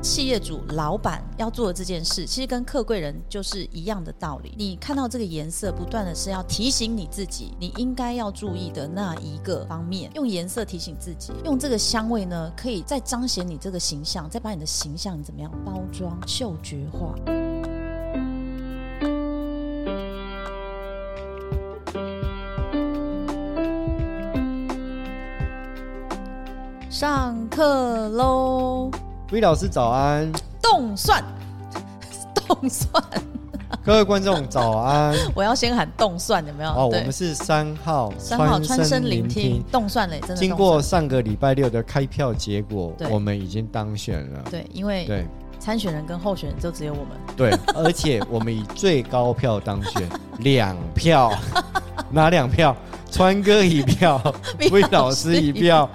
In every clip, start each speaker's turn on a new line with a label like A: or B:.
A: 企业主、老板要做的这件事，其实跟客贵人就是一样的道理。你看到这个颜色，不断的是要提醒你自己，你应该要注意的那一个方面，用颜色提醒自己，用这个香味呢，可以再彰显你这个形象，再把你的形象怎么样包装、嗅觉化。上课喽！
B: V 老师早 安，
A: 动算，动算，
B: 各位观众早安。
A: 我要先喊动算，有没有？
B: 哦，我们是三号，
A: 三号穿身聆听，动算嘞，真的。
B: 经过上个礼拜六的开票结果
A: 对，
B: 我们已经当选了。
A: 对，因为
B: 对
A: 参选人跟候选人就只有我们，
B: 对，而且我们以最高票当选，两票， 哪两票？川哥一 票
A: V
B: ，V 老师一 票。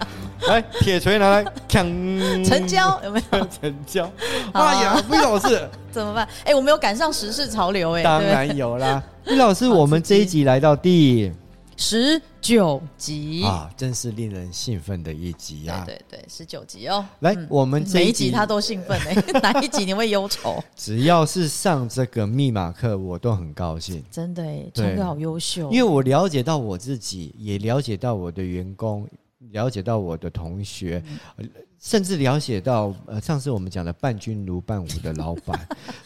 B: 来，铁锤拿来，锵！
A: 成，
B: 嗯
A: 交有没有？
B: 成交！
A: 好啊
B: 哎呀，V 老 师，
A: 怎么办？哎，我没有赶上时事潮流，哎，
B: 当
A: 对不对
B: 然有啦。V 老师，我们这一集来到第
A: 十九集，
B: 啊，真是令人兴奋的一集呀、
A: 对对对，十九集哦。
B: 来，我们这
A: 每一集
B: 集，
A: 他都兴奋哎， 哪一集你会忧愁？
B: 只要是上这个密码课，我都很高兴，
A: 真的哎，
B: 对
A: 川哥好优秀
B: 因，为我了解到我自己，也了解到我的员工，了解到我的同学，
A: 嗯
B: 呃甚至了解到呃，上次我们讲的伴君如伴虎的老 板，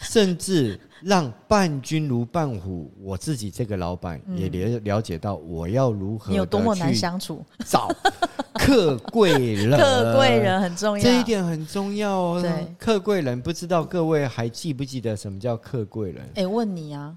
B: 甚至让伴君如伴虎，我自己这个老板也了了解到我要如何
A: 嗯你有多么
B: 地
A: 难
B: 去
A: 相处，
B: 找 客贵人，
A: 客贵人很重要。
B: 这一点很重要哦。
A: 对
B: 客贵人，不知道各位还记不记得什么叫客贵人？
A: 哎，问你啊，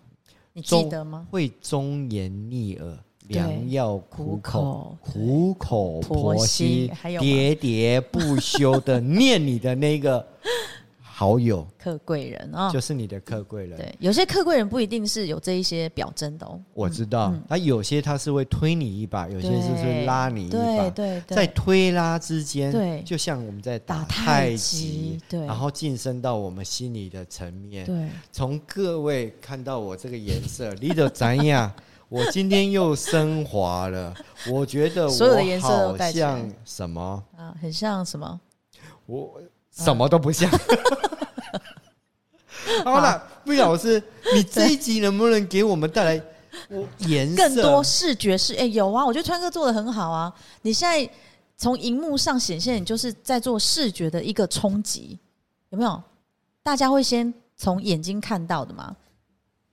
A: 你记
B: 忠
A: 得吗？
B: 会忠言逆耳，良药苦口，
A: 苦
B: 苦口婆
A: 婆
B: 心
A: 心还有，吗
B: 喋喋不休的念你的那个 好友，
A: 客贵人啊、
B: 就是你的客贵人。
A: 对，有些客贵人不一定是有这一些表征的哦。
B: 我知道，他有些他是会推你一把，有些是会
A: 对
B: 拉你一
A: 对
B: 把。
A: 对对，
B: 在推拉之间，
A: 对
B: 就像我们在
A: 打
B: 打
A: 太
B: 太
A: 极对
B: 然后晋升到我们心理的层面。
A: 对
B: 从各位看到我这个颜色，你的怎 样？我今天又升华了，我觉得
A: 所有的
B: 我
A: 颜色都
B: 好
A: 带起来
B: 像什么？
A: 啊，很像什么？啊
B: 我什么都 不像。好了，魏老师，你这一集能不能给我们带来我颜色
A: 更多视觉是哎、有啊，我觉得川哥做的很好啊。你现在从荧幕上显现，你就是在做视觉的一个冲击，有没有？大家会先从眼睛看到的嘛，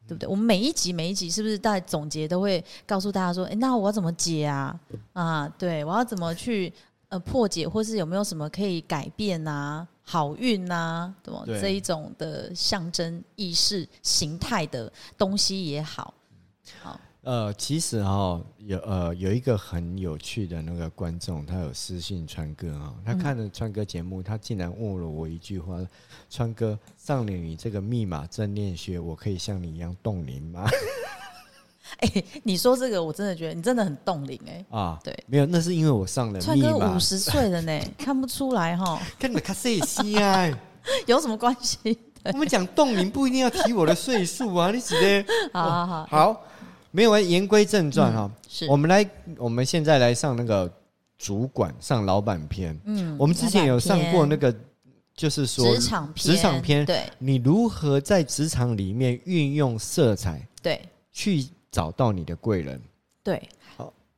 A: 对不对？我们每一集每一集是不是在总结都会告诉大家说，哎、那我要怎么解啊？啊，对我要怎么去呃破解，或是有没有什么可以改变啊？好运呐、对吧？
B: 对
A: 这一种的象征意识形态的东西也好，
B: 呃，其实哈、有呃有一个很有趣的那个观众，他有私信川哥啊、他看了川哥节目，他竟然问了我一句话：“川哥，上了你这个密码正念学，我可以像你一样冻龄吗
A: 哎、你说这个，我真的觉得你真的很冻龄哎。？”
B: 啊，
A: 对，
B: 没有，那是因为我上了
A: 川
B: 密
A: 哥
B: 码
A: 五，十岁了 呢，看不出来哈，
B: 跟你看岁数啊，
A: 有什么关系？
B: 我们讲冻龄不一定要提我的岁数啊，你只 得
A: 好好好，
B: 好，没有，言归正传哈、
A: 是
B: 我们来，我们现在来上那个主管上老板篇。
A: 嗯
B: 我们之前有上过那个，就是说
A: 职场篇，
B: 职场篇，
A: 对
B: 你如何在职场里面运用色彩
A: 对
B: 去找到你的贵人，
A: 对，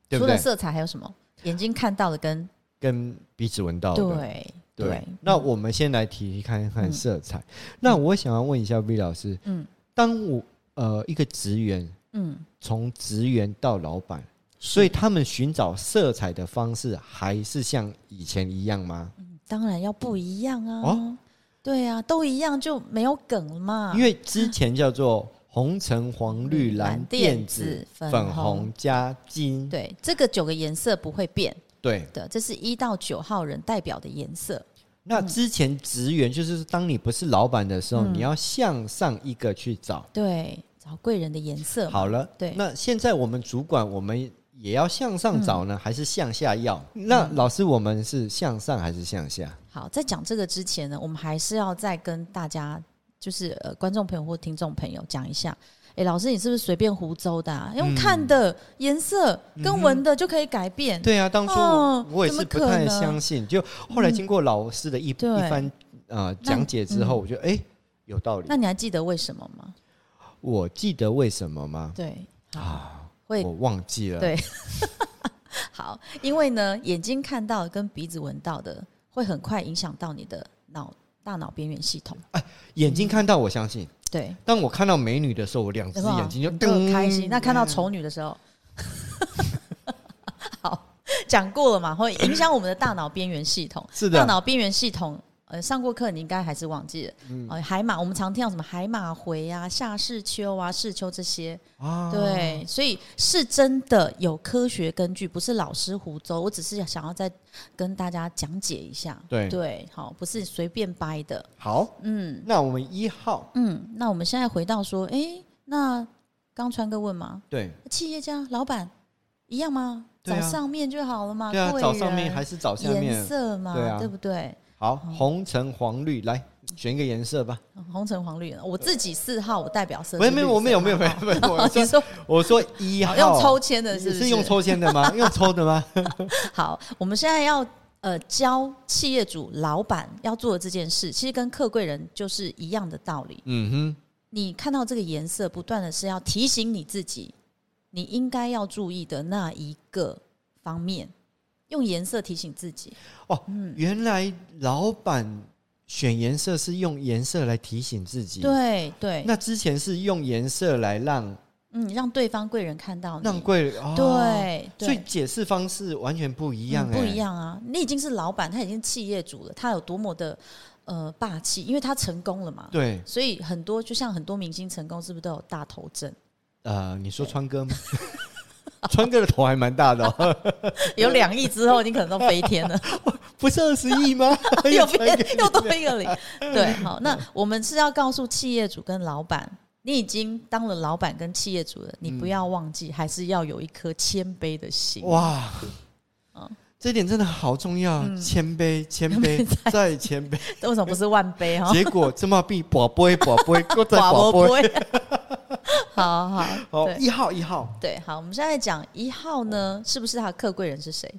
B: 对
A: 除
B: 不
A: 了
B: 对？
A: 色彩还有什么？眼睛看到的跟
B: 跟鼻子闻到的，
A: 对
B: 对
A: 对，
B: 那我们先来提看看
A: 嗯
B: 色彩。那我想要问一下 V 老师，
A: 嗯
B: 当我呃一个职员
A: 嗯，
B: 从职员到老板，所以他们寻找色彩的方式还是像以前一样吗？
A: 当然要不一样啊
B: 哦。
A: 对啊，都一样就没有梗了嘛。
B: 因为之前叫做红橙黄绿蓝
A: 蓝靛
B: 靛
A: 紫
B: 紫
A: 粉
B: 粉
A: 红
B: 红加金，
A: 对这个九个颜色不会变
B: 对。
A: 的，这是一到九号人代表的颜色。
B: 那之前职员就是当你不是老板的时候，
A: 嗯
B: 你要向上一个去找。
A: 对，找贵人的颜色嘛。
B: 好了，
A: 对
B: 那现在我们主管，我们也要向上找
A: 嗯
B: 呢，还是向下要？那老师，我们是向上还是向下？
A: 好，在讲这个之前呢，我们还是要再跟大家，就是呃，观众朋友或听众朋友讲一下。哎，老师，你是不是随便胡诌的、啊？用看的颜色跟闻的就可以改变？
B: 对啊，当初
A: 哦
B: 我也
A: 怎么
B: 是不
A: 可
B: 太
A: 能
B: 相信，就后来经过老师的一、
A: 对
B: 一番呃讲解之后，我觉得哎、诶有道理
A: 嗯那。你还记得为什么吗？
B: 我记得为什么吗？
A: 对，
B: 啊，
A: 会
B: 我忘记了。
A: 对，好，因为呢，眼睛看到跟鼻子闻到的，会很快影响到你的脑大脑边缘系统。
B: 眼睛看到，我相信。
A: 对，
B: 当我看到美女的时候，我两只
A: 有没有
B: 眼睛就
A: 你很
B: 噔
A: 开心。那看到丑女的时候， 好，讲过了嘛，会影响我们的大脑边缘系统。
B: 是
A: 大
B: 的，
A: 脑边缘系统，呃，上过课你应该还是忘记了。
B: 嗯
A: 呃，海马，我们常听到什么海马回啊、夏视秋啊、视秋这些，
B: 啊，
A: 对，所以是真的有科学根据，不是老师胡诌。我只是想要再跟大家讲解一下，
B: 对
A: 对，好，不是随便掰的。
B: 好，
A: 嗯
B: 那我们一号
A: 嗯，那我们现在回到说，诶，那刚川哥问嘛，
B: 对
A: 企业家老板一样吗？
B: 对
A: 找
B: 啊
A: 上面就好了嘛，
B: 对啊，
A: 贵
B: 找上
A: 人
B: 面还是找下
A: 颜
B: 面？
A: 色哦嘛，
B: 对啊
A: 不对？
B: 好，红橙黄绿，来选一个颜色吧。
A: 红橙黄绿，我自己四号，我代表色。哦
B: 没有没有，我没有没有没有，没 有，我
A: 你
B: 说
A: 说
B: 我说一号
A: 好哦用抽签的是不
B: 是用抽签的 吗？用抽的吗？
A: 好，我们现在要呃教企业主、老板要做的这件事，其实跟客贵人就是一样的道理。
B: 嗯
A: 你看到这个颜色，不断的是要提醒你自己，你应该要注意的那一个方面，用颜色提醒自己。嗯
B: 哼，原来老板选颜色是用颜色来提醒自己。，
A: 对对，
B: 嗯那之前是用颜色来让
A: 嗯，让对方贵人看到你。
B: 让贵人哦，
A: 对，对
B: 所以解释方式完全不一样
A: 嗯
B: 欸，
A: 不一样啊！你已经是老板，他已经企业主了，他有多么的呃霸气，因为他成功了嘛。
B: 欸对，
A: 所以很多就像很多明星成功，是不是都有大头症？
B: 呃，你说川哥吗？ 川哥的头还蛮大的、哦，
A: 有两亿之后，你可能都飞天了，
B: 不是二十亿吗？
A: 又
B: 川哥
A: 变又多一个零。对，好，那我们是要告诉企业主跟老板，你已经当了老板跟企业主了，你不要忘记，还是要有一颗谦卑的心。
B: 嗯哇
A: 嗯，
B: 这点真的好重要，啊谦卑，谦卑，再谦卑。
A: 为什么不是万杯哈？
B: 结果这么必宝贝，宝贝，又再
A: 寡
B: 宝
A: 不
B: 贝。
A: 会。 好好
B: 好，
A: 对
B: 一号，一号，
A: 对，好，我们现在讲一号呢，
B: 哦
A: 是不是他的客贵人是谁？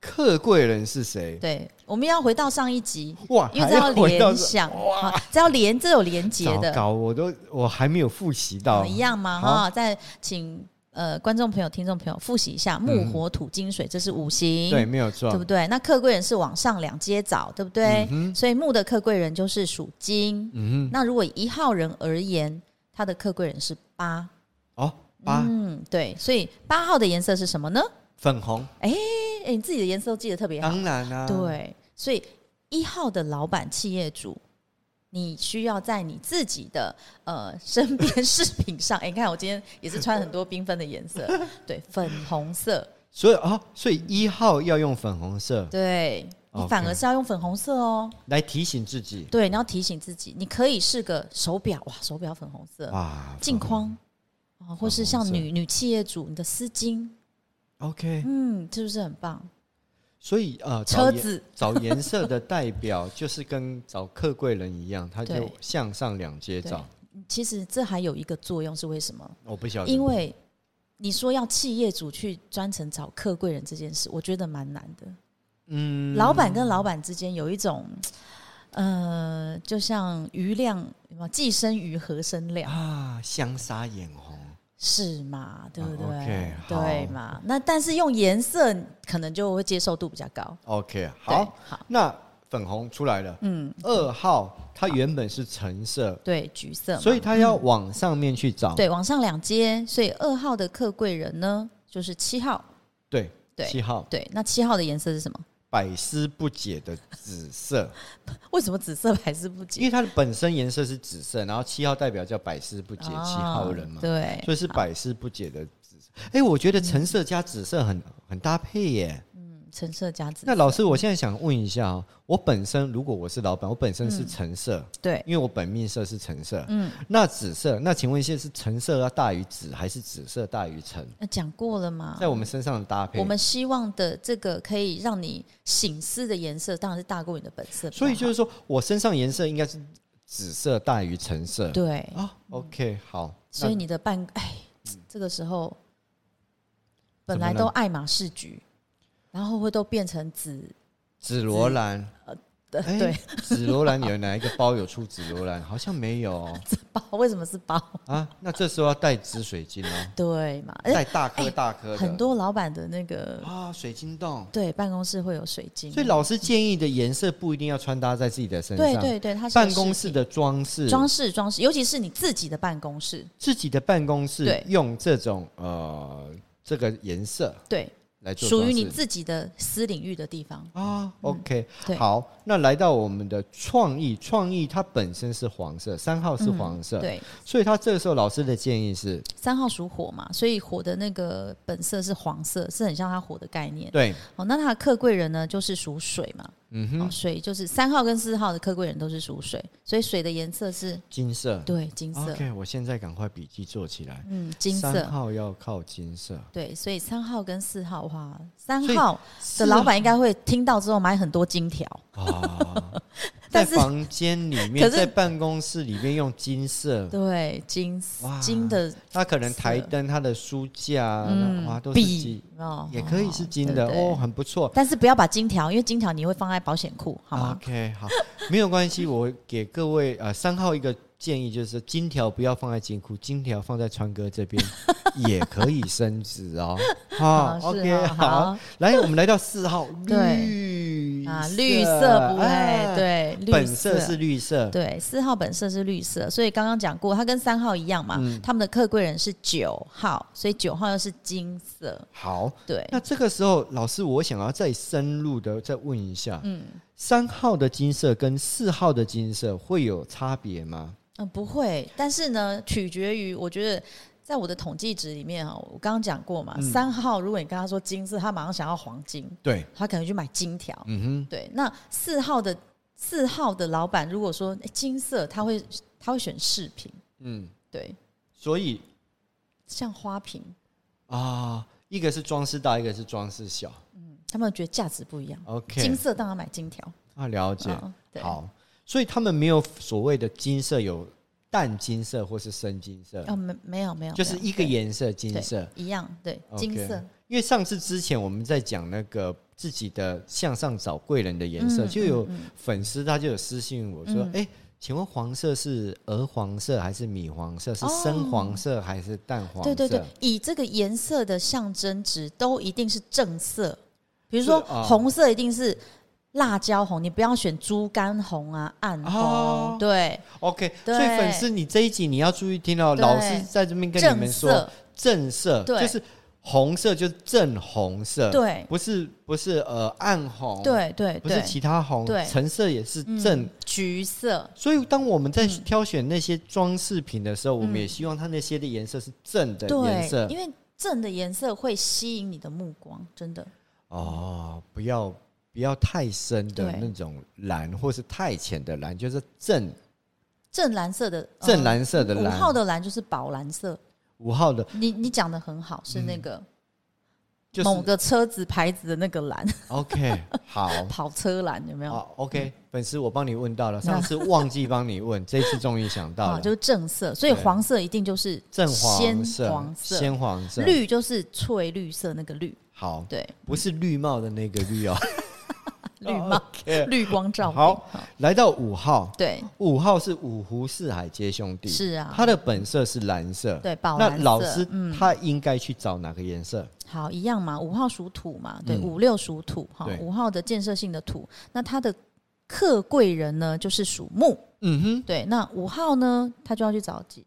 B: 客贵人是谁？
A: 对，我们要回到上一 集，
B: 哇，
A: 因为
B: 还
A: 这要
B: 回到
A: 联想，好这要连，这有连结
B: 糟哦
A: 的。
B: 糕，我都我还没有复习到
A: 嗯一。样吗？
B: 好
A: 哈，再请呃观众朋友、听众朋友复习一下木火土金水，这是五行，
B: 嗯对，没有错
A: 对不。对？那客贵人是往上两阶找，对不对？所以木的客贵人就是属金。
B: 嗯
A: 那如果以一号人而言，他的客贵人是八。
B: 哼，哦，八
A: 嗯，对，所以八号的颜色是什么呢？
B: 粉红，
A: 哎、你自己的颜色都记得特别好，
B: 当然啊啦。，
A: 对，所以一号的老板企业主，你需要在你自己的呃身边 饰品上，哎、你看我今天也是穿很多缤纷的颜色，对，粉红色，
B: 所以啊，所以一号要用粉红色
A: 对你反
B: OK
A: 而是要用粉红色哦，
B: 来提醒自己。
A: 对，你要提醒自己，你可以是个手表，哇，手表粉红色，
B: 哇，
A: 镜框。啊，或是
B: 粉
A: 像
B: 红色
A: 女女企业主，你的丝巾，
B: OK，
A: 嗯，是不是很棒？
B: 所以呃，
A: 车
B: 找颜
A: 子
B: 找颜色的代表，就是跟找客贵人一样，他就
A: 对
B: 向上两阶找。
A: 其实这还有一个作用是为什么？
B: 我不晓得，
A: 因为你说要企业主去专程找客贵人这件事，我觉得蛮难的。
B: 嗯
A: 老板跟老板之间有一种，呃，就像余量什么既生瑜何生亮，
B: 啊，相杀眼红，
A: 是嘛？对不对？
B: 啊 OK，好
A: 对嘛？那但是用颜色可能就会接受度比较高。
B: OK，
A: 对
B: 好，
A: 好，
B: 那粉红出来了。
A: 嗯，
B: 二号它原本是橙色，
A: 对，橘色嘛，
B: 所以它要往上面去找。
A: 对往上两阶，所以二号的客贵人呢就是七号，
B: 对
A: 对
B: 七号
A: 对，那七号的颜色是什么？
B: 百思不解的紫色，
A: 为什么紫色还是不
B: 因
A: 解？
B: 为它的本身颜色是紫色，然后七号代表叫百思不解，七号人嘛
A: 哦。对，
B: 所以是百思不解的紫色。哎、我觉得橙色加紫色很很搭配耶。
A: 嗯橙色加紫色，
B: 那老师，我现在想问一下啊，我本身如果我是老板，我本身是橙色，
A: 对
B: 因为我本命色是橙色。嗯，那紫色，那请问一下，是橙色要大于紫，还是紫色大于橙？
A: 那讲过了嘛？
B: 在我们身上的搭配，
A: 啊我们希望的这个可以让你醒思的颜色，当然是大过你的本色比较好。
B: 所以就是说我身上颜色应该是紫色大于橙色。
A: 对，
B: 啊，OK，好。
A: 所以
B: 那
A: 你的办哎，这个时候
B: 怎
A: 本
B: 么
A: 来
B: 了
A: 都爱马仕橘，然后会都变成紫
B: 紫罗兰
A: 的，
B: 哎
A: 对，
B: 紫罗兰有哪一个包有出紫罗兰？好像没有哦
A: 包为什么是包？
B: 啊。那这时候要带紫水晶哦，
A: 对嘛？而且
B: 带大颗大颗的，
A: 哎很多老板的那个
B: 啊，水晶洞。
A: 对办公室会有水晶，
B: 所以老师建议的颜色不一定要穿搭在自己的身上，
A: 对对对，它是
B: 办公室
A: 的
B: 的装饰，
A: 装饰装饰，尤其是你自己的办公室，
B: 自己的办公室
A: 对
B: 用这种呃这个颜色
A: 对，
B: 来做
A: 属于你
B: 装饰
A: 自己的私领域的地方。
B: 啊。OK，、
A: 对
B: 好，那来到我们的创意，创意它本身是黄色，三号是黄
A: 嗯
B: 色，
A: 对，
B: 所以他这个时候老师的建议是
A: 三号属火嘛，所以火的那个本色是黄色，是很像它火的概念。
B: 对，
A: 哦，那它的客贵人呢，就是属水嘛，
B: 嗯
A: 哦，
B: 哼，
A: 水就是三号跟四号的客贵人都是属水，所以水的颜色是
B: 金色。
A: 对金色，
B: OK，我现在赶快笔记做起来。
A: 嗯，金
B: 三
A: 色。
B: 号要靠金色，
A: 对，所以三号跟四号的话，三
B: 所以
A: 号
B: 是
A: 的老板应该会听到之后买很多金条，
B: 啊，在
A: 但是
B: 房间里面，
A: 可是
B: 在办公室里面用金色，
A: 对，金
B: 哇
A: 金的
B: 他可能台灯、他的书架啊，那哇，
A: 嗯
B: 都是金
A: 笔，哦，
B: 也可以是金的
A: 对对
B: 哦，很不错。
A: 但是不要把金条，因为金条你会放在保险库，好吗？
B: OK，好，没有关系。我给各位呃三号一个建议，就是金条不要放在金库，金条放在川哥这 边也可以升值哦。好
A: 啊是
B: ，OK，
A: 好
B: 好
A: 好，
B: 来，我们来到四号，
A: 对
B: 绿
A: 啊，绿色不会，
B: 哎
A: 对，绿
B: 本色是绿色，
A: 对，四号本色是绿色，所以刚刚讲过，它跟三号一样嘛，
B: 嗯
A: 他们的客贵人是九号，所以九号又是金色，
B: 好。
A: 对，
B: 那这个时候，老师，我想要再深入的再问一下，
A: 嗯
B: 三号的金色跟四号的金色会有差别吗？
A: 嗯，不会，但是呢，取决于我觉得。在我的统计值里面啊，我刚刚讲过
B: 嗯
A: 嘛，三、号如果你跟他说金色，他马上想要黄金，
B: 对，
A: 他可能去买金条。
B: 嗯
A: 对，那四号的四号的老板如果说、诶金色，他会他会选饰品，
B: 哼，嗯，
A: 对，
B: 所以
A: 像花瓶，
B: 啊，一个是装饰大，一个是装饰小。
A: 他们觉得价值不一样。金
B: 哦 OK，
A: 色当然买金条，
B: 啊，了解。
A: 嗯，对，
B: 好，所以他们没有所谓的金色有淡金色或是深金色，
A: 哦，没没有没有，
B: 就是
A: 没有
B: 一个
A: 对
B: 颜色金色。
A: 一样，对，
B: OK
A: 金色，
B: 因为上次之前我们在讲那个自己的向上找贵人的颜色，
A: 嗯
B: 就有
A: 嗯嗯
B: 粉丝他就有私信我说：“
A: 嗯
B: 哎、请问黄色是鹅黄色还是米黄色？是深黄色还是淡黄色？”
A: 哦对对对，以这个颜色的象征值都一定是正色，比如说
B: 是啊
A: 红色一定是。辣椒红，你不要选猪肝红啊，暗红，
B: 哦
A: 对，
B: OK，所
A: 对
B: 以粉丝，你这一集你要注意听哦，
A: 对
B: 老师在这边跟你
A: 正
B: 们说
A: 色，，
B: 正色
A: 对
B: 就是红色，就是正红色，，
A: 对，
B: 不是不是呃暗红，，
A: 对对
B: 不是
A: 对，
B: 其他红，
A: 对
B: 橙色也是
A: 嗯
B: 正。
A: 橘色，
B: 所以当我们在挑选那些装饰品的时候，我们
A: 嗯
B: 也希望它那些的颜色是正的颜
A: 对，
B: 色
A: 因为正的颜色会吸引你的目光，真的。
B: 哦，不要不要太深的
A: 对
B: 那种蓝，或是太浅的蓝，就是正
A: 正蓝色的，呃
B: 正蓝色的
A: 五
B: 蓝
A: 号。的蓝就是宝蓝色。
B: 五号的
A: 你你讲的很好，是那个
B: 嗯就是
A: 某个车子牌子的那个 蓝，
B: OK 好。
A: 跑车蓝有没有？
B: 好 o k 粉丝，我帮你问到了，上次忘记帮你问，这一次终于想 到
A: 啊，
B: 了，
A: 嗯就是正色，所以
B: 对
A: 黄色一定就是
B: 正黄色、
A: 鲜黄色
B: 鲜黄色，
A: 绿，就是翠绿色那个绿，
B: 好，
A: 对，
B: 不是绿帽的那个绿哦，
A: 绿帽、
B: OK
A: 绿光照明。啊
B: 好，来到五号，
A: 对，
B: 五号是五湖四海皆兄弟，
A: 是啊，
B: 它的本色是蓝色，
A: 对宝蓝
B: 那
A: 色。
B: 老师
A: 嗯，
B: 他应该去找哪个颜色？
A: 好，一样嘛，五号属土嘛，对，
B: 嗯
A: 五六属土哈
B: 对，
A: 五号的建设性的土，那它的克贵人呢就是属木，
B: 嗯哼，
A: 对，那五号呢他就要去找己，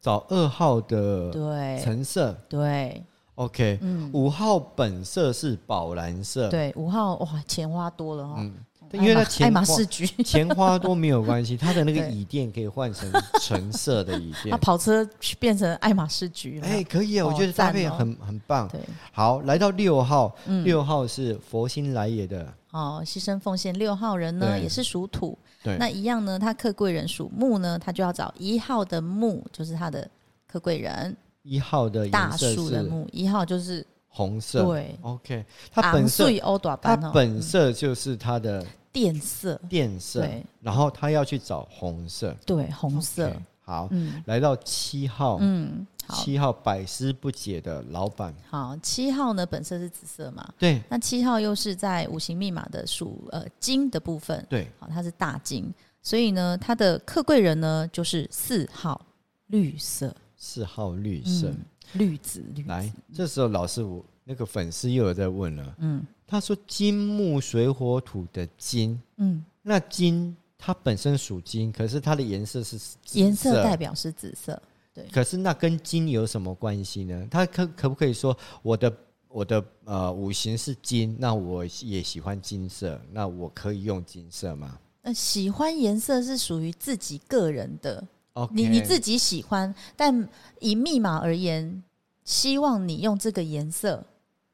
B: 找二号的
A: 对
B: 橙色
A: 对，
B: ，OK，
A: 嗯，
B: 呃五号本色是宝蓝色，，
A: 对，五号哇钱花多了哈，
B: 嗯，因为它
A: 爱马爱
B: 前
A: 马
B: 花
A: 仕 局，
B: 钱花多没 有关系，它的那个
A: 对
B: 椅垫可以换成橙色的椅
A: 他
B: 垫。
A: 跑车变成爱马仕局了，
B: 哎、可以啊，
A: 哦
B: 我觉得搭配
A: 赞哦
B: 很、很棒。
A: 对，
B: 好，来到六号，
A: 嗯，
B: 六、号是佛心来也的，
A: 哦，牺牲奉献六号人呢
B: 对
A: 也是属土，
B: 对，
A: 那一样呢，他克贵人属木呢，他就要找一号的木，就是他的克贵人，
B: 一号的颜
A: 大
B: 色
A: 树的
B: 是
A: 木，一号就是
B: 红色。
A: 对，
B: OK，它
A: 昂
B: 本
A: 穗
B: 色
A: 欧短
B: 它
A: 班哦，
B: 本色就是它的
A: 电色，
B: 电色，
A: 嗯对
B: 然后它要去找红色，
A: 对，红色，
B: OK，好，
A: 嗯
B: 来到七号，
A: 嗯，好
B: 七号百思不解的老板，
A: 好，七号呢本色是紫色嘛，
B: 对
A: 那七号又是在五行密码的属呃金的部分，
B: 对，
A: 好，它是大金，所以呢，它的客贵人呢就是四号绿色，
B: 四号绿色。
A: 嗯绿紫绿紫，
B: 来，这时候老师我那个粉丝又有在问了，
A: 嗯
B: 他说金木水火土的金，
A: 嗯，
B: 那金它本身属金，可是它的颜色是紫
A: 颜色代表是紫色，
B: 可是那跟金有什么关系呢？他可可不可以说我的我的呃五行是金，那我也喜欢金色，那我可以用金色吗
A: 那喜欢颜色是属于自己个人的，
B: ？OK，
A: 你你自己喜欢，但以密码而言，希望你用这个颜色。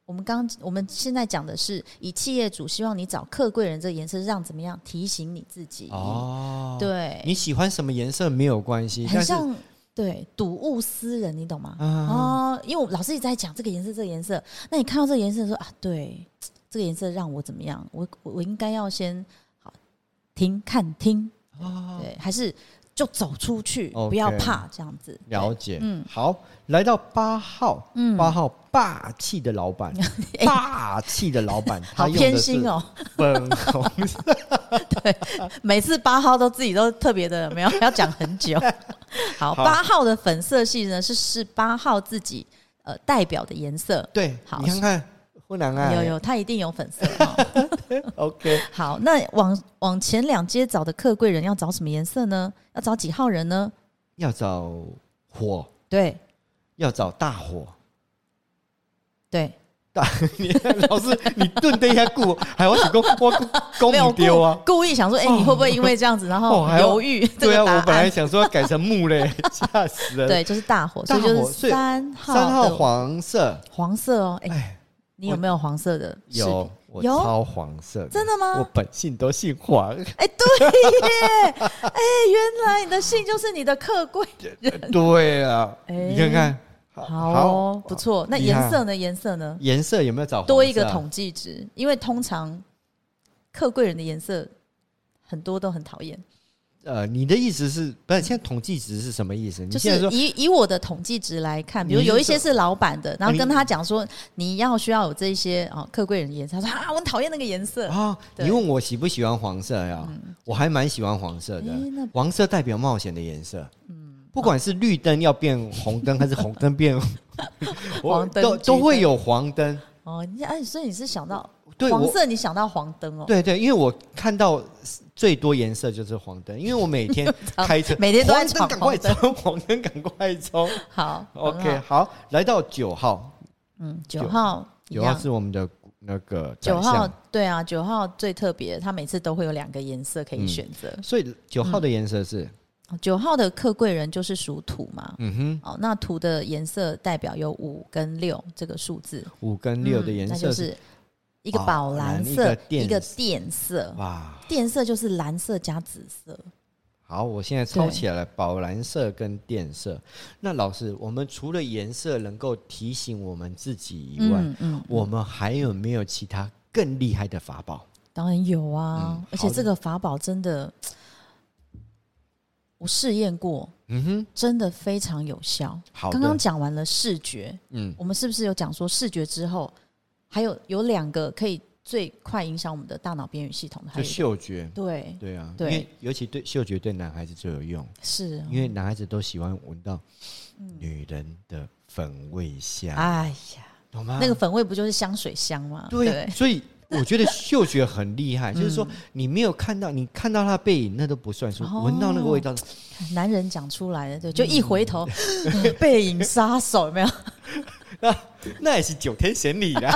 A: 我们刚我们现在讲的是，以企业主希望你找客贵人这个颜色，让怎么样提醒你自己？
B: 哦，，
A: 对，
B: 你喜欢什么颜色没有关系，
A: 哎很
B: 但是
A: 像对睹物思人，你懂吗？
B: 啊，
A: 哦，因为我老师一直在讲这个颜色，这个颜色。那你看到这个颜色说啊，对，这个颜色让我怎么样？我我我应该要先好停看听，
B: 哦
A: 对，还是就走出去，
B: OK
A: 不要怕这样子。
B: 了解，
A: 嗯
B: 好，来到八号，
A: 嗯哎
B: 八号霸气的 老板，霸气的老板，
A: 好
B: 他用
A: 偏
B: 的是
A: 心哦，
B: 粉红色，
A: 每次八号都自己都特别的有没 有要讲很久。好，
B: 好
A: 八号的粉色系呢是是八号自己呃代表的颜色，
B: 对，
A: 好
B: 你看看，湖南啊，
A: 有有，它一定有粉色。哦
B: ，OK，
A: 好，那往往前两阶找的客贵人要找什么颜色呢？要找几号人呢？
B: 要找火，
A: 对
B: 要找大火。
A: 对，
B: 你老师，你顿得一下顾，还我想讲，我公
A: 没有
B: 公
A: 故
B: 丢啊。
A: 故意想说，哎、你会不会因为这 样子，然
B: 哦
A: 后
B: 还要
A: 犹豫 这
B: 对
A: 个
B: 啊，
A: 答
B: 我
A: 案？
B: 本来想说要改成木嘞， 吓死人。，
A: 对，就是大火，所以
B: 大火
A: 就是
B: 所以
A: 三号
B: 三号
A: 的
B: 黄色，
A: 黄色哦。哎、
B: 哎，
A: 你有没有黄色的？
B: 有，我
A: 有
B: 超黄色，
A: 真的吗
B: 我本姓都姓黄，
A: 哎、对耶！哎、原来你的姓就是你的客贵。
B: 对啊，
A: 哎
B: 你看看，
A: 好哦，不错。那
B: 厉害
A: 颜色呢？颜色呢？
B: 颜色有没有找黄色啊
A: 多一个统计值，因为通常客贵人的颜色很多都很讨厌。
B: 呃，你的意思是，不是现在统计值是什么意思？你
A: 就
B: 现在
A: 是
B: 说哎
A: 以以我的统计值来看，比如
B: 你是
A: 有一
B: 说哎
A: 些是老板的，然后
B: 你
A: 跟他讲说你要需要有这一些啊客贵人的颜色，他说啊我很讨厌那个颜色，
B: 啊，
A: 对嗯
B: 你问我喜不喜欢黄色呀？我还蛮喜欢黄色的
A: 诶那，嗯
B: 黄色代表冒险的颜色。不管是绿灯要变红灯，还是红 灯变我
A: 黄灯
B: 都
A: 橘
B: 都会
A: 灯
B: 有黄灯。
A: 哦，你哎所以你是想到
B: 对，
A: 黄
B: 我
A: 色，你想到黄灯哦，
B: 对对，因为我看到最多颜色就是黄灯，因为我每 天开车，
A: 每天都在闯
B: 黄灯赶快
A: 黄灯
B: 冲，黄灯赶快 冲。
A: 好很好
B: OK，好，来到九号，
A: 嗯，九号一
B: 九号啊
A: 样，
B: 是我们的那个
A: 九
B: 宰
A: 号
B: 相，
A: 对啊，九号最特别，他每次都会有两个颜色可
B: 嗯
A: 以选择。
B: 所以九号的颜色是，
A: 九号的客贵人就是属土嘛，
B: 嗯哼，
A: 哦，那土的颜色代表有五跟六这个数字，
B: 五跟六的
A: 嗯
B: 颜
A: 那
B: 色
A: 就是是一个宝
B: 宝
A: 蓝
B: 蓝
A: 色
B: 一个，靛
A: 一个靛色。
B: 哇，
A: 靛色就是蓝色加紫色，
B: 好，我现在抄起来了，宝蓝色跟靛色。那老师，我们除了颜色能够提醒我们自己以外，
A: 嗯嗯，
B: 我们还有没有其他更厉害的法宝？
A: 当然有啊，
B: 嗯
A: 而且
B: 好的
A: 这个法宝真的，我试验过，
B: 嗯哼，
A: 真的非常有效。
B: 好的，
A: 刚刚讲完了视觉，
B: 嗯，
A: 我们是不是有讲说视觉之后，还有有两个可以最快影响我们的大脑边缘系统的，还有
B: 就
A: 一个
B: 嗅觉，
A: 对，
B: 对啊，
A: 对
B: 因为尤其对嗅觉对男孩子最有用，
A: 是啊，
B: 因为男孩子都喜欢闻到
A: 嗯
B: 女人的粉味香，
A: 哎呀，
B: 懂吗？
A: 那个粉味不就是香水香吗？
B: 啊对，啊所以我觉得嗅觉很厉害，就是
A: 嗯
B: 说你没有看到，你看到他背影那都不算数，
A: 哦
B: 闻到那个味道，
A: 男人讲出来
B: 嗯
A: 的，对，就一回 头，背影杀手有没有？
B: 那也是九天玄女 啦，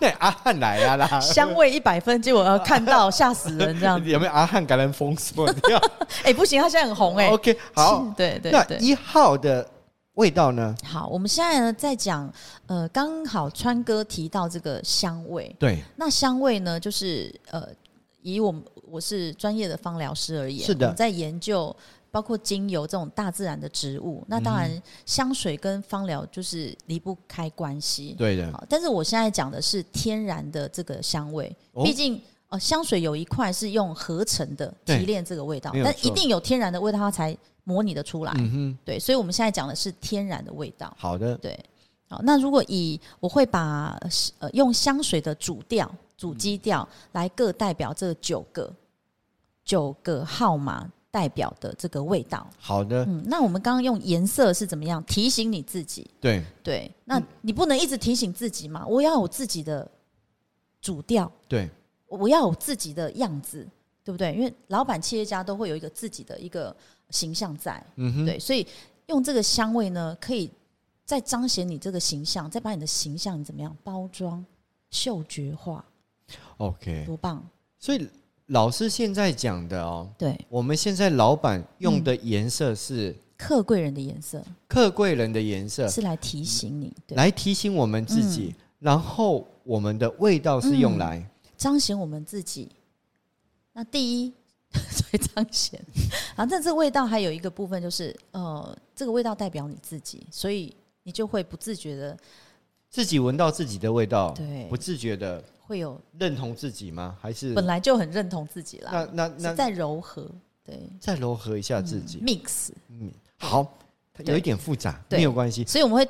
B: 那也阿汉来啊啦，
A: 香味一百分，结果呃看到吓死人 这样子。
B: 有没有阿汉感染 封锁掉
A: 哎、不行，他现在很红哎、
B: ？OK，好，哦
A: 对对
B: 那
A: 对。
B: 一号的味道呢？
A: 好，我们现在呢在讲，呃，刚好川哥提到这个香味，
B: 对，
A: 那香味呢，就是呃，以我们我是专业的芳疗师而言，
B: 是的
A: 我们在研究包括精油这种大自然的植物，那当然
B: 嗯
A: 香水跟芳疗就是离不开关系。
B: 对的，
A: 好，但是我现在讲的是天然的这个香味，
B: 哦
A: 毕竟呃，香水有一块是用合成的
B: 对
A: 提炼这个味道
B: 没，有
A: 但
B: 错
A: 一定有天然的味道，它才模拟的出来。
B: 嗯哼，
A: 对，所以我们现在讲的是天然的味道。
B: 好的，
A: 对，好，那如果以我会把呃用香水的主调、主基调来各代表这九个九个号码代表的这个味道。
B: 好的，
A: 嗯，那我们刚刚用颜色是怎么样提醒你自己？
B: 对
A: 对，那你不能一直提醒自己嘛，我要有自己的主调，
B: 对，
A: 我要有自己的样子，对不对？因为老板、企业家都会有一个自己的一个形象在，
B: 嗯哼，
A: 对，所以用这个香味呢，可以再彰显你这个形象，再把你的形象怎么样包装、嗅觉化，
B: ，OK。
A: 多棒！
B: 所以老师现在讲的哦，
A: 对，
B: 我们现在老板用的颜色是
A: 客贵人的颜色
B: 客贵人的颜色，
A: 嗯是嗯来提醒你，对，
B: 来提醒我们自己，然后我们的味道是
A: 嗯
B: 用来、
A: 彰显我们自己。那第一。 最彰显，啊，但这个味道还有一个部分就是，呃，这个味道代表你自己，所以你就会不自觉的，
B: 自己闻到自己的味道，
A: 对
B: 不，自觉的
A: 会有
B: 认同自己吗？还是
A: 本来就很认同自己
B: 那
A: 啦，
B: 那
A: 是
B: 那
A: 在柔和，对
B: 再柔和一下自己？
A: ，mix，
B: 嗯，好，它有一点复杂，
A: 对
B: 没有关系。
A: 所以我们会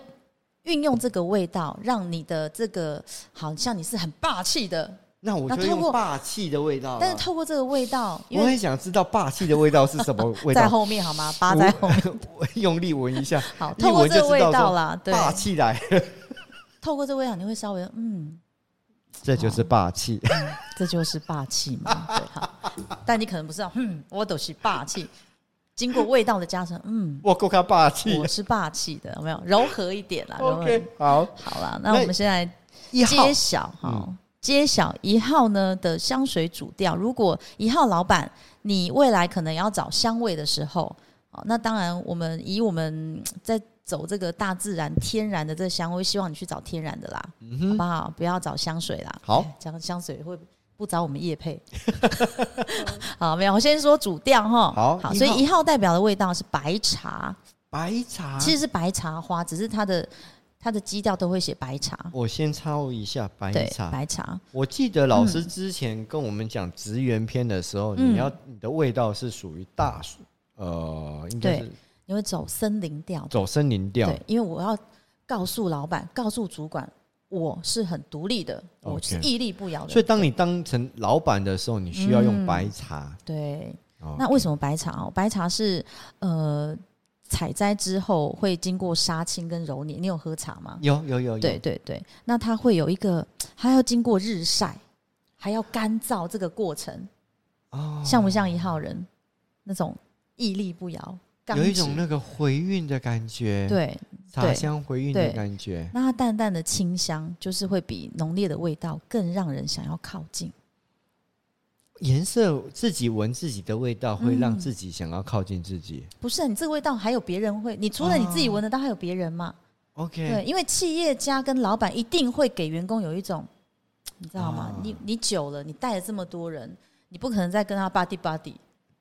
A: 运用这个味道，让你的这个好像你是很霸气的，
B: 那我
A: 那
B: 就
A: 透
B: 用
A: 过
B: 霸气的味道啊，
A: 但是透过这个味道，因
B: 我
A: 为
B: 很想知道霸气的味道是什么味
A: 在
B: 道，
A: 后面好吗？扒在后面，
B: 我用力闻一下，
A: 好，
B: 因
A: 透
B: 为
A: 过
B: 我就
A: 这个味
B: 知道
A: 道
B: 说
A: 啦， 对，
B: 霸气来，
A: 透过这个味道，你会稍微嗯，
B: 这就是霸气。
A: 这就是霸气 嘛，对好，但你可能不知道，嗯，我都是霸气。经过味道的加成，嗯，
B: 我够他霸气
A: 我。是霸气的，有没有柔和一点啦？柔和一点
B: OK，好，
A: 好啦，那
B: 那
A: 我们现在
B: 一号
A: 揭晓哈，
B: 嗯
A: 揭晓一号呢的香水主调。如果一号老板你未来可能要找香味的时候，哦，那当然我们以我们嗯在走这个大自然天然的这个香味，希望你去找天然的啦，好不好？不要找香水啦，
B: 嗯好，
A: 讲香水会。不找我们叶配， 好，没有，我先说主调哈。
B: 好一号
A: 所以一号代表的味道是白茶，
B: 白茶。
A: 其实是白茶花，只是它的它的基调都会写白茶，
B: 我先抄一下白
A: 对，
B: 茶。
A: 白茶。
B: 我记得老师之前跟我们讲职员篇的时候，
A: 嗯
B: 你要你的味道是属于大树，呃，应该
A: 对
B: 是
A: 你会走森林调，
B: 走森林调
A: 对，，因为我要告诉老板、告诉主管，我是很独立的，我
B: OK
A: 是屹立不摇的。嗯
B: 所以当你当成老板的时候，你需要用白茶。
A: 对，
B: 哦
A: 那为什么白茶哦？白茶是呃采摘之后会经过杀青跟揉捻，你有喝茶吗？
B: 有有有有，
A: 对对对，那它会有一个，它要经过日晒，还要干燥这个过程，
B: 哦，
A: 像不像一号人那种屹立不摇？刚
B: 有一
A: 直
B: 种那个回韵的感觉，，
A: 对，
B: 茶
A: 对
B: 香回韵的
A: 对
B: 感觉。
A: 那它淡淡的清香，就是会比浓烈的味道更让人想要靠近。
B: 颜色自己闻自己的味道，会让
A: 嗯
B: 自己想要靠近自己。
A: 不是、啊、你这个味道还有别人会，你除了你自己闻得到，还有别人嘛？对，
B: OK，
A: 因为企业家跟老板一定会给员工有一种，你知道吗？
B: 啊
A: 你你久了，你带了这么多人，你不可能再跟他 buddy buddy。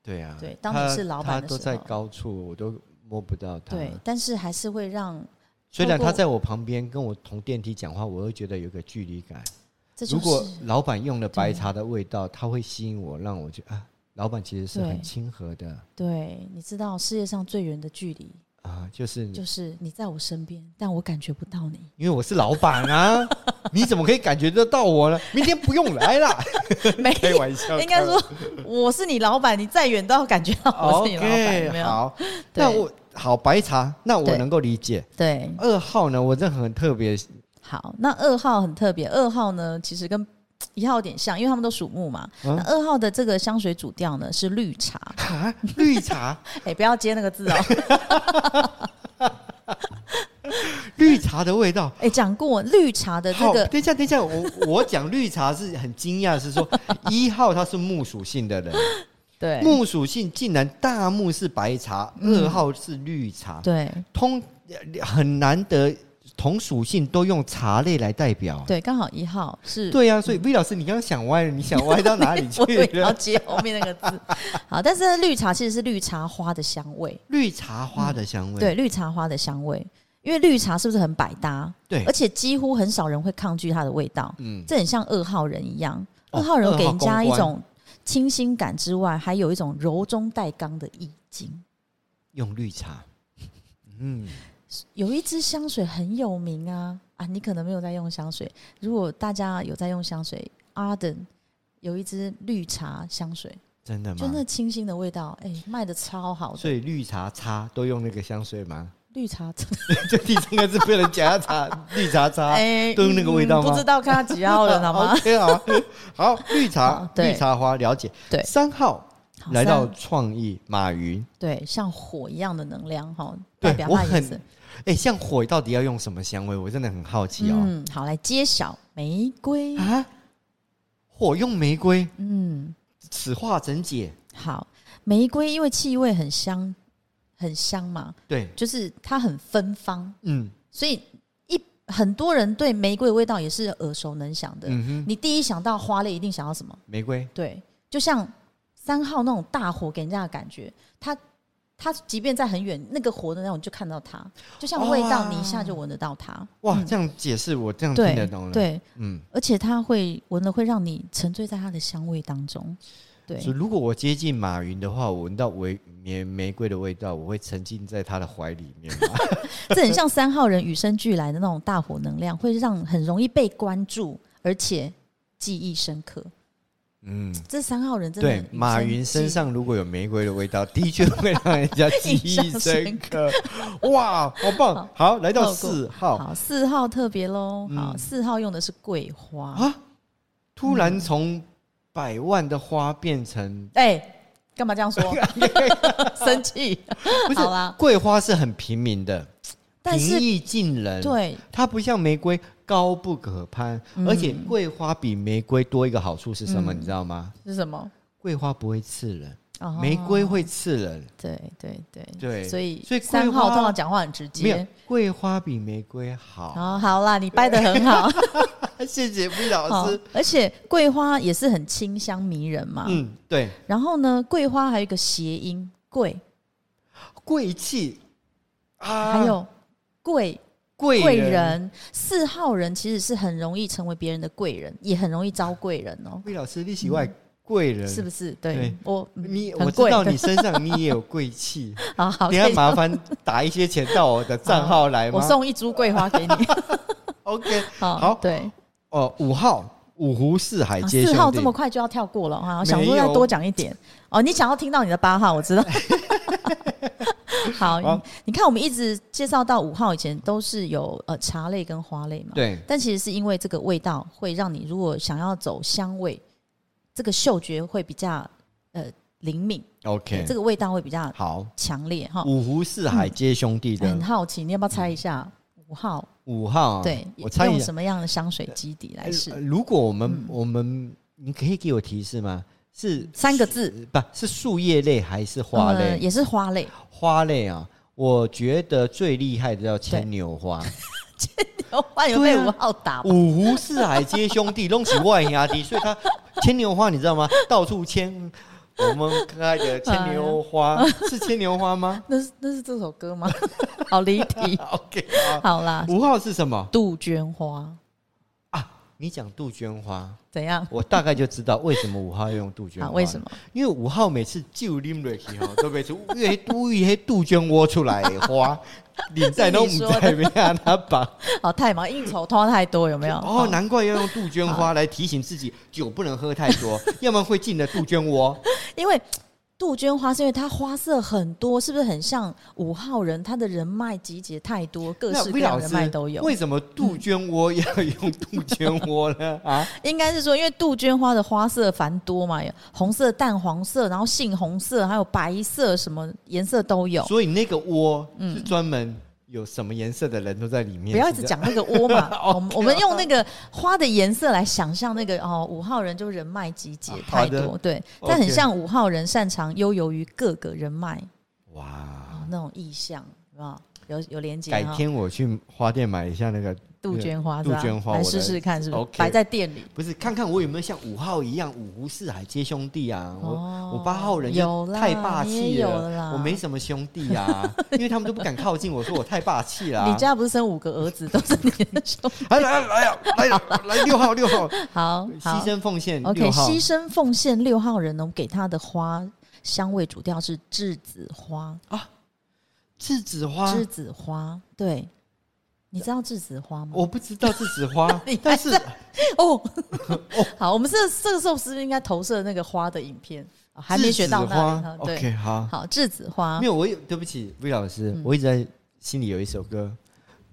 B: 对啊，
A: 对当你
B: 他
A: 是老板
B: 他
A: 的
B: 都
A: 时
B: 在
A: 候
B: 高处，我都摸不到他。
A: 对，但是还是会让
B: 虽然
A: 透
B: 他
A: 过
B: 在我旁边跟我同电梯讲话，我会觉得有个距离感。
A: 这就
B: 如果
A: 是
B: 老板用了白茶的味道，他会吸引我，让我觉得啊，老板其实是很
A: 对
B: 亲和的
A: 对，你知道世界上最远的距离
B: 啊，就是你
A: 就是你在我身边，但我感觉不到你。
B: 因为我是老板啊，你怎么可以感觉得到我呢？明天不用来啦，
A: 没
B: 开玩笑，
A: 应该说我是你老板，你再远都要感觉到我是你老板，有没
B: OK
A: 有？
B: 好，那
A: 对
B: 我好白茶，那我
A: 对
B: 能够理解。
A: 对，
B: 二号呢，我这很特别，
A: 好，那二号很特别，二号呢其实跟一号有点像，因为他们都属木嘛。
B: 嗯
A: 那二号的这个香水主调呢是绿茶，
B: 啊，绿茶，
A: 哎、不要接那个字哦。
B: 绿茶的味道。
A: 哎、讲过绿茶的这
B: 好，
A: 个
B: 等一下，等一下，我我讲绿茶是很惊讶，是说一号他是木属性的人，
A: 对
B: 木属性竟然大木是白茶，二号是绿茶，
A: 对
B: 通呃很难得同属性都用茶类来代表。
A: 对，刚好一号是。
B: 对呀、所以魏老师，你刚刚想歪了，你想歪到哪里
A: 嗯
B: 去啊
A: 我也要
B: 了？
A: 接后面那个字， 好，但是绿茶其实是绿茶花的香味，
B: 绿茶花的香味，
A: 对，绿茶花的香味，因为绿茶是不是很百搭？
B: 对
A: 而且几乎很少人会抗拒它的味道，
B: 嗯，
A: 这很像二号人一样，二号人给人家一
B: 哦二号公关
A: 种清新感之外，还有一种柔中带刚的意境。
B: 用绿茶，嗯，
A: 有一支香水很有名啊啊！你可能没有在用香水，如果大家有在用香水，Arden 有一支绿茶香水，
B: 真的
A: 就
B: 吗
A: 那？清新的味道，哎、卖的超好的。
B: 所以绿茶擦都用那个香水吗？
A: 绿茶，
B: 这第三个字被人夹茶，绿茶擦。
A: 哎、
B: 啊都用那个味道吗
A: 不知道看他几号 人好吗？
B: ？OK 好，好， 绿茶
A: 好，对
B: 绿茶花了解。
A: 对
B: 三号
A: 好
B: 哦来到
A: 三
B: 创意马云，
A: 对像火一样的能量哈，
B: 对
A: 代表
B: 我
A: 它也
B: 很
A: 是。
B: 哎，像火到底要用什么香味？我真的很好奇哦。
A: 嗯，好，来揭晓玫瑰。
B: 啊，火用玫瑰，
A: 嗯，
B: 此话怎解？
A: 好，玫瑰因为气味很香，很香嘛，
B: 对，
A: 就是它很芬芳，
B: 嗯
A: 所以一很多人对玫瑰的味道也是耳熟能详的。
B: 嗯哼，
A: 你第一想到花类，一定想到什么？
B: 玫瑰，
A: 对，就像三号那种大火给人家的感觉，它它即便在很远，那个火的那种你就看到它，就像味道，
B: 哇
A: 你一下就闻得到它。
B: 哇，
A: 嗯
B: 这样解释我这样听得
A: 对
B: 懂了。，
A: 对，
B: 嗯，
A: 而且它会闻了会让你沉醉在它的香味当中。对，
B: 所以如果我接近马云的话，我闻到玫玫玫瑰的味道，我会沉浸在他的怀里面 吗。
A: 这很像三号人与生俱来的那种大火能量，会让很容易被关注，而且记忆深刻。
B: 嗯，
A: 这三号人真的
B: 对，马云身
A: 记
B: 上如果有玫瑰的味道，的确会让人家 记
A: 印
B: 忆
A: 象
B: 深
A: 深
B: 刻。哇，好棒！好，来到
A: 好
B: 四号
A: 好四号特别喽。好，
B: 嗯
A: 四号用的是桂花。
B: 啊，突然从百万的花变成
A: 哎、干嘛这 样说？生气？
B: 不是
A: 好啦，
B: 桂花是很平民的，
A: 嗯但
B: 平
A: 是
B: 易近人。，
A: 对，
B: 它不像玫瑰高不可攀，
A: 嗯
B: 而且桂花比玫瑰多一个好处是什么？
A: 嗯
B: 你知道吗？
A: 是什么？
B: 桂花不会刺人，
A: 哦
B: 玫瑰会刺人。
A: 对对对
B: 对
A: 所以
B: 所以桂花
A: 三号通常讲话很直
B: 没有
A: 接。，
B: 桂花比玫瑰好。
A: 哦，好啦，你掰的很好，
B: 谢谢魏
A: 好
B: 老师。，
A: 而且桂花也是很清香迷人嘛。
B: 嗯，对，
A: 然后呢，桂花还有一个谐音“贵
B: 贵气”，啊，
A: 还有“贵
B: 贵
A: 贵人”。四号人其实是很容易成为别人的贵人，也很容易招贵人哦，
B: 魏老师，你喜欢贵人
A: 是不
B: 是？
A: 是？对
B: 对
A: 我， 嗯
B: 你
A: 很
B: 我知
A: 贵
B: 道你身上你也有 贵气，
A: 好好，
B: 等一
A: 可
B: 下
A: 以
B: 麻烦打一些钱到我的账号来吗
A: 我送一株桂花给 你。
B: ？OK，
A: 好，
B: 好
A: 对，
B: 哦，五号五湖四海
A: 啊
B: 皆
A: 四
B: 兄
A: 号
B: 弟
A: 这么快就要跳过了哈，我
B: 没
A: 想说再
B: 有
A: 多讲一点哦。你想要听到你的八号，我 知道。好，
B: 好
A: 你你看我们一直介绍到五号以前都是有呃茶类跟花类嘛，
B: 对，
A: 但其实是因为这个味道会让你，如果想要走香味，这个嗅觉会比较呃灵敏，
B: OK，
A: 这个味道会比较
B: 好，
A: 强烈哈。
B: 五湖四海皆兄弟的
A: 很好奇，你要不要猜一下五号？
B: 五号啊，
A: 嗯对，
B: 我猜一
A: 用
B: 下
A: 什，么样的香水基底来试嗯
B: 呃？如果我们我们，你可以给我提示吗？是
A: 三个字，
B: 不是树叶类还是花
A: 呃
B: 类？
A: 也是花类。
B: 花类啊，我觉得最厉害的叫牵
A: 对
B: 牛花。啊
A: 花有被五号打吧，
B: 五湖四海皆兄弟， 弄起外压低，所以他牵牛花你知道吗？到处牵。我们可爱的牵 牛花
A: 啊
B: 是牵牛花吗啊
A: 那是那是这首歌吗？ 好离题。
B: ？OK，好
A: 好啦，
B: 五号是什么
A: 杜鹃花
B: 啊？你讲杜鹃花，
A: 怎样？
B: 我大概就知道为什么五号要用杜鹃
A: 啊，
B: 花。
A: 为什？么？因
B: 因为五号每次就拎瑞去哦吼，都每次越嘟越杜鹃窝出来的 花，你在都不在没让他绑。
A: 好太忙，应酬拖太多，有没有？
B: 哦
A: 好，
B: 难怪要用杜鹃
A: 啊
B: 花来提醒自己酒不能喝太多，要不然会进了杜鹃窝。
A: 因为杜鹃花是因为它花色很多，是不是很像五号人？他的人脉集结太多，各
B: 那
A: 式各
B: 魏老
A: 样
B: 师
A: 人脉都有。
B: 为什么杜鹃窝要用杜鹃窝呢？啊，
A: 应该是说，因为杜鹃花的花色繁多嘛，有红色、淡黄色，然后杏红色，还有白色，什么颜色都有。
B: 所以那个窝是专门有什么颜色的人都在里面。
A: 不要一
B: 是
A: 直
B: 这样，
A: 讲那个窝嘛 我们我们用那个花的颜色来想象那个哦，五号人就人脉集结
B: 啊好
A: 太
B: 的
A: 多，对，
B: OK
A: 但很像五号人擅长悠游于各个人脉
B: 哇，
A: 哦那种意象，有没有？有有连接
B: 改
A: 哈，
B: 天我去花店买一下那个，
A: 杜鹃花是吧？
B: 杜鹃花
A: 来
B: 我的
A: 试试看，是不是
B: OK
A: 摆在店里？
B: 不是看看我有没有像五号一样五湖四海皆兄弟啊？我、
A: 哦
B: 我八号人
A: 有
B: 又
A: 啦
B: 太霸
A: 你
B: 气
A: 也有了啦
B: 我没什么兄弟 啊，因为他们都不敢靠近我，说我太霸气啦。
A: 你家不是生五个儿子，都是你的兄弟？
B: 来来来呀，来呀，来六号六号，
A: 好
B: 牺
A: 好
B: 牲奉献
A: ，OK，
B: 六号，
A: 牺牲奉献六号人呢，给他的花香味主调是栀子花，
B: 栀子花，
A: 栀子花，对，你知道栀子花吗？
B: 我不知道栀子花
A: 你还，
B: 但是
A: 哦， 好，我们这这个时候是不是应该投射那个花的影片？啊还没学到
B: 栀
A: 那里
B: 子花
A: 哈，对，
B: ，OK 好，
A: 好，嗯栀子花
B: 没，有我有对不起魏老师，我一直在心里有一首歌，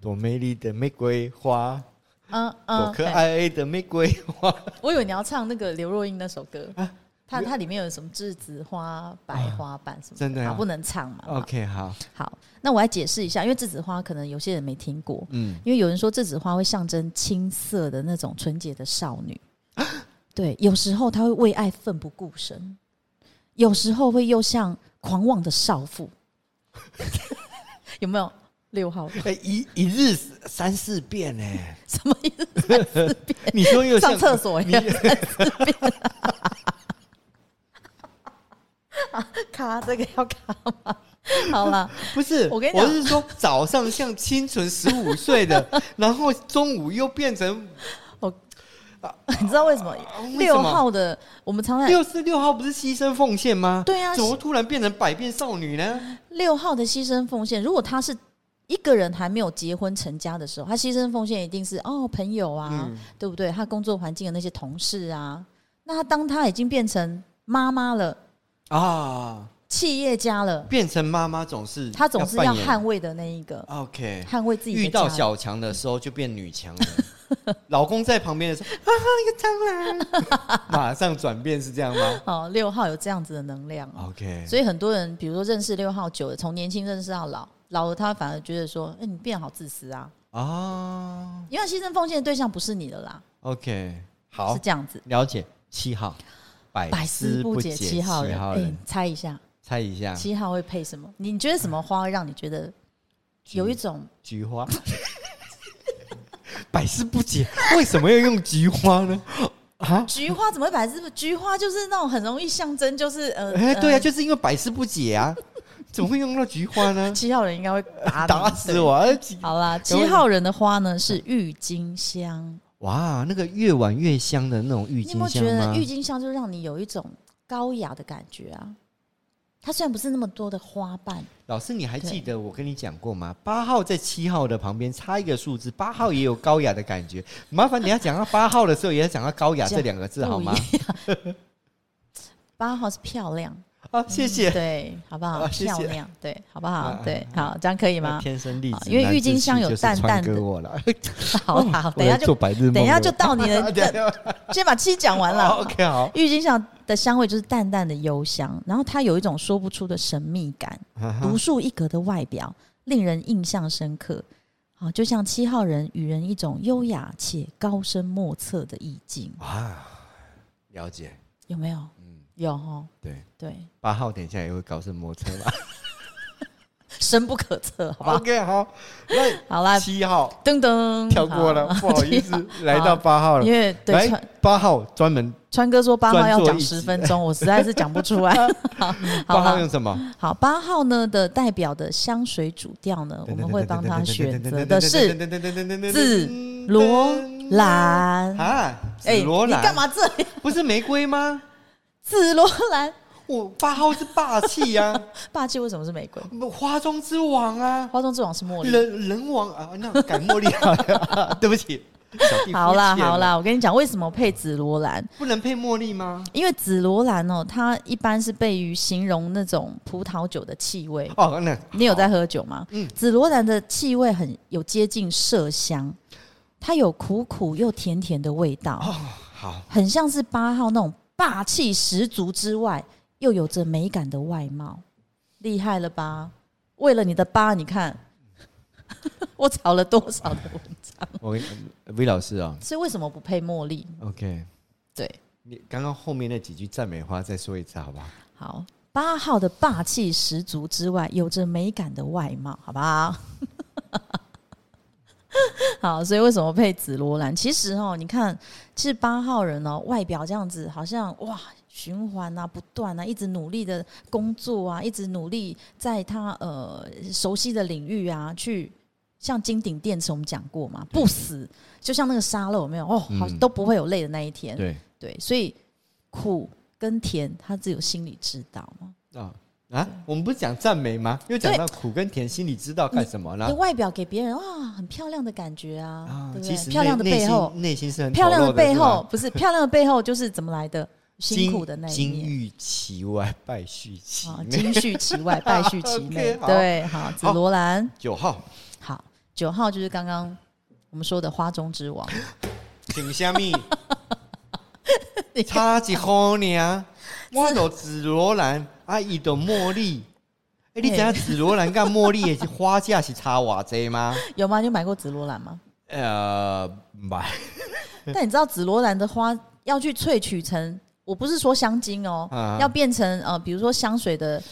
B: 多美丽的玫瑰花，
A: 嗯
B: 多
A: 嗯，
B: 可
A: 对
B: 爱的玫瑰花，
A: 我以为你要唱那个刘若英那首歌，
B: 啊
A: 它它里面有什么栀子花、白花瓣什么
B: 真的啊
A: 好不能唱嘛。
B: ，OK 好，
A: 好，那我来解释一下，因为栀子花可能有些人没听过，
B: 嗯，
A: 因为有人说栀子花会象征青涩的那种纯洁的少 女，对，有时候她会为爱奋不顾身，有时候会又像狂妄的少妇， 有没有？六号
B: 哎一一日三四遍呢，
A: 什么意思？
B: 你说又
A: 上
B: 像
A: 厕所
B: 你
A: 也要三四遍。卡这个要卡吗？好啦，
B: 不是，
A: 我跟你讲
B: 我是说早上像清纯十五岁 的，然后中午又变成
A: 你知道为什么
B: 啊为什么
A: 六号的我们常常
B: 六四六号不是牺牲奉献吗？
A: 对啊
B: 怎么突然变成百变少女呢？
A: 六号的牺牲奉献，如果他是一个人还没有结婚成家的时候，他牺牲奉献一定是哦朋友啊，
B: 嗯
A: 对不对？他工作环境的那些同事啊，那他当他已经变成妈妈了，
B: 啊，
A: 企业家了，
B: 变成妈妈总是
A: 他总是要
B: 扮演
A: 捍卫的那一个，
B: OK。
A: 捍卫自己的
B: 遇到
A: 家人
B: 小强的时候就变 女强了，老公在旁边的时候啊，一个 蟑螂，马上转变是这样吗
A: 哦，六号有这样子的能量哦，
B: ？OK，
A: 所以很多人，比如说认识六号九的，从年轻认识到老，老了他反而觉得说，哎、你变好自私啊，
B: 啊
A: 因为牺牲奉献的对象不是你了啦，
B: ，OK，好
A: 是，这样子。
B: 了解七号，百
A: 百思不解
B: 哎解
A: 七号人，哎、
B: 人啊
A: 你猜一下
B: 猜一下，
A: 七号会配什么？你觉得什么花会让你觉得有一 种
B: 菊花。百思不解，为什么要用菊花呢？啊，
A: 菊花怎么会百思不？菊花就是那种很容易象征，就是呃，
B: 哎、对啊，
A: 呃
B: 就是因为百思不解啊，怎么会用到菊花呢？
A: 七号人应该会 打你
B: 打死！我！哎
A: 对好啦，七号人的花呢是郁金香。
B: 哇，那个越晚越香的那种郁
A: 你有
B: 金
A: 没有觉
B: 香
A: 得
B: 吗？
A: 郁金香就让你有一种高雅的感觉啊？它虽然不是那么多的花瓣，
B: 老师，你还
A: 对
B: 记得我跟你讲过吗？八号在七号的旁边插一个数字，八号也有高雅的感觉。 麻烦等一下讲到八号的时候，也要讲到高 雅这两个字好吗？
A: 不一样？ 八号是漂亮，
B: 啊，谢
A: 嗯
B: 谢。
A: 对，好不好？
B: 啊谢谢
A: 漂亮，对，好不好
B: 啊？哦
A: 对，好，这样可以吗
B: 那？天生丽
A: 好
B: 质，
A: 因为
B: 难
A: 郁金
B: 自弃
A: 香有
B: 就是
A: 淡淡
B: 川哥
A: 的
B: 我了，
A: 好 好，等一
B: 哦我
A: 下
B: 在做
A: 就
B: 白日梦了。
A: 等一下就到你了，
B: 对
A: 那先把七讲完
B: 好
A: 了。
B: OK，好，
A: 郁金香的香味就是淡淡的幽香，然后它有一种说不出的神秘感。
B: 啊
A: 独树一格的外表令人印象深刻。好，就像七号人与人一种优雅且高深莫测的意境，
B: 哇，了解，
A: 有没有？
B: 嗯，
A: 有哦，
B: 对，
A: 对，
B: 八号等一下也会高深莫测吧？
A: 深不可测， 好吧？
B: OK，好，那
A: 好啦，
B: 七号
A: 噔噔，
B: 跳过了，
A: 嗯 好
B: 不好意，思，来到八号
A: 好因
B: 了。
A: 为对
B: 来
A: 川
B: 八号专门
A: 川哥说八号要
B: 专
A: 讲
B: 注一集
A: 十分钟，我实在是讲不 出来。好好
B: 八号
A: 啦，
B: 用什么？
A: 好，八号呢的代表的香水主调呢，我们会帮他选择的是紫罗兰。
B: 啊，
A: 哎
B: 紫罗兰？
A: 你干？嘛这 样？
B: 不是玫瑰吗？
A: 紫罗兰
B: 我八号是霸气呀，
A: 霸气为什么是玫瑰？
B: 花中之王啊，
A: 花中之王是茉莉。
B: 人人王啊，那改茉莉好了， 对不起，小弟
A: 好啦
B: 肤浅了
A: 好，啦，我跟你讲，为什么配紫罗兰？
B: 不能配茉莉吗？
A: 因为紫罗兰哦，它一般是被于形容那种葡萄酒的气味。
B: 哦，那
A: 你有在喝酒吗？
B: 嗯
A: 紫罗兰的气味很有接近麝香，它有苦苦又甜甜的味道，
B: 哦好，
A: 很像是八号那种霸气十足之外，又有着美感的外貌，厉害了吧？为了你的八，你看 我找了多少的文章。
B: 我跟 V 老师啊
A: 所以为什么不配茉莉？
B: ，OK，
A: 对，
B: 你刚刚后面那几句赞美话再说一次好不好？
A: 好，八号的霸气十足之外，有着美感的外貌，好不好？ 好，所以为什么配紫罗兰？其实哦，你看，其实八号人哦，外表这样子，好像哇，循环啊，不断啊，一直努力的工作啊，一直努力在他呃熟悉的领域啊，去像金鼎电池，我们讲过嘛，不死，就像那个沙漏，有没有哦，好
B: 嗯
A: 都不会有累的那一天。
B: 对
A: 对，所以苦跟甜，他只有心里知道嘛。
B: 啊啊，我们不是讲赞美吗？又讲到苦跟甜，心里知道干什么
A: 你
B: 啦。
A: 外表给别人哇，很漂亮的感觉啊，
B: 啊，
A: 对不
B: 其
A: 对？
B: 实
A: 漂
B: 内
A: 亮的
B: 内
A: 背
B: 心
A: 后，
B: 内心是很
A: 漂亮
B: 丑陋
A: 的背
B: 是吧
A: 后不是漂亮的背后，就是怎么来的？辛苦的那一
B: 金金
A: 面
B: 玉其外，败絮其
A: 啊，金
B: 内。
A: 絮其外，败絮其内
B: OK，。好
A: 对，好，紫
B: 好
A: 罗兰，
B: 九号，
A: 好，九号就是刚刚我们说的花中之王，
B: 请虾 米？差一号呢？我有紫罗兰，啊，伊有茉 莉。哎、你知影紫罗兰跟茉莉的花价是差偌济吗？
A: 有吗？你有买过紫罗兰吗？
B: 呃，买
A: 但你知道紫罗兰的花要去萃取成，我不是说香精哦，
B: 啊
A: 要变成呃，比如说香水的，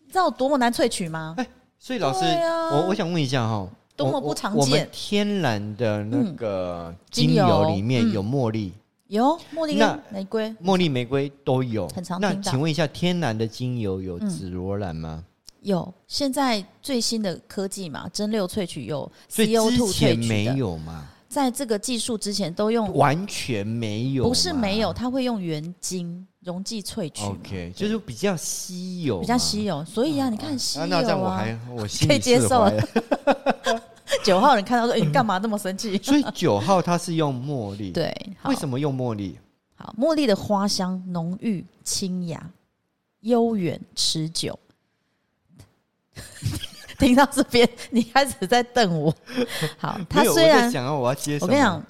A: 你知道有多么难萃取吗？
B: 哎、所以老师，
A: 对啊
B: 我我想问一下哈，
A: 多么
B: 我
A: 不
B: 我
A: 常
B: 我
A: 见嗯
B: 们天然的那个
A: 精
B: 精油
A: 油
B: 里面
A: 嗯
B: 有茉莉、
A: 有茉莉
B: 那
A: 跟玫瑰，
B: 茉莉、玫瑰都有，
A: 很常
B: 那
A: 听到嗯
B: 请问一下，天然的精油有紫罗兰吗？
A: 有现在最新的科技嘛，蒸馏萃取有
B: 所
A: CO2
B: 以之前
A: 萃取
B: 没
A: 的，
B: 有嘛，
A: 在这个技术之前都用，
B: 完全没有嘛，啊
A: 不是没有，它会用原精溶剂萃取嘛
B: OK，就是比较稀有嘛，
A: 比较稀有，所以啊，你看稀
B: 啊那这样
A: 有
B: 我
A: 啊，
B: 还我心
A: 可以
B: 里
A: 接
B: 释
A: 受
B: 怀
A: 了
B: 了。
A: 九号人看到说，哎、你干嘛那么生 气？
B: 所以九号它是用茉莉，，
A: 对，好
B: 为什么用茉莉？
A: 好，茉莉的花香浓郁、清雅、悠远、持久。 听到这边，你开始在瞪我。好，它
B: 没有
A: 虽
B: 我在
A: 然
B: 想要我要接什
A: 我
B: 么，
A: 跟你讲，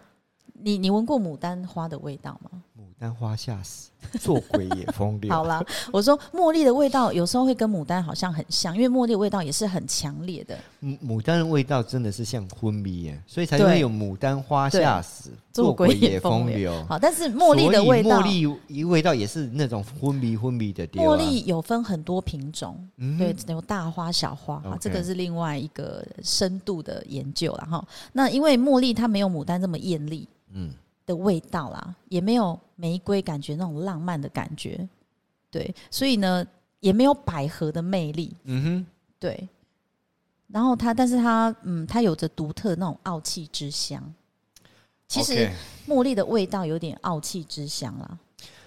A: 你你闻过牡丹花的味道吗？
B: 牡丹花下死，做鬼也风 流。
A: 好啦，我说茉莉的味道有时候会跟牡丹好像很像，因为茉莉的味道也是很强烈的。
B: 牡牡丹的味道真的是像昏迷耶，所以才
A: 对
B: 会有牡丹花下死，
A: 做
B: 鬼
A: 鬼
B: 也
A: 也风
B: 流。
A: 好，但是茉莉的味道，
B: 所以茉莉一味道也是那种昏迷昏迷的地方。
A: 茉莉有分很多品种，
B: 啊嗯
A: 对，有大花、小花啊
B: OK
A: 这个是另外一个深度的研究了哈。那因为茉莉它没有牡丹这么艳丽
B: 嗯，
A: 的味道啦，也没有玫瑰感觉那种浪漫的感觉，对，所以呢，也没有百合的魅力，
B: 嗯哼，
A: 对。然后它，但是它，嗯，它有着独特的那种傲气之香。其实
B: OK
A: 茉莉的味道有点傲气之香啦，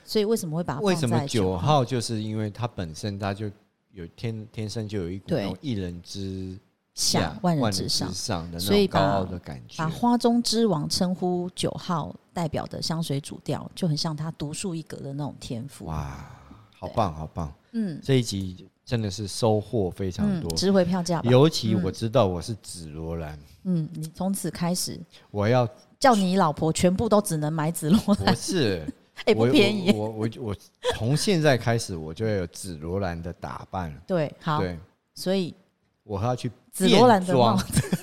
A: 所以为什么会把它
B: 为
A: 放
B: 什么啊
A: 在
B: 九
A: 九
B: 号就是因为它本身它就有天天生就有一股
A: 对
B: 那种一人之
A: 下万人之上？
B: 的那
A: 所以
B: 种高
A: 把
B: 傲的感觉
A: 把。花中之王称呼九号代表的香水主调，就很像他独树一格的那种天赋。
B: 哇，好
A: 对
B: 棒好棒！
A: 嗯
B: 这一集真的是收获非常
A: 嗯
B: 多，，
A: 值回票价吧。
B: 尤其
A: 嗯
B: 我知道我是紫罗兰，
A: 嗯，你从此开始
B: 我要
A: 叫你老婆全部都只能买紫罗兰，
B: 不是。
A: 哎，
B: 我
A: 不便宜。
B: 我我我我从现在开始，我就要有紫罗兰的打扮了。
A: 对，好，
B: 对，
A: 所以
B: 我要去
A: 紫罗兰
B: 变
A: 的帽
B: 装。
A: 子，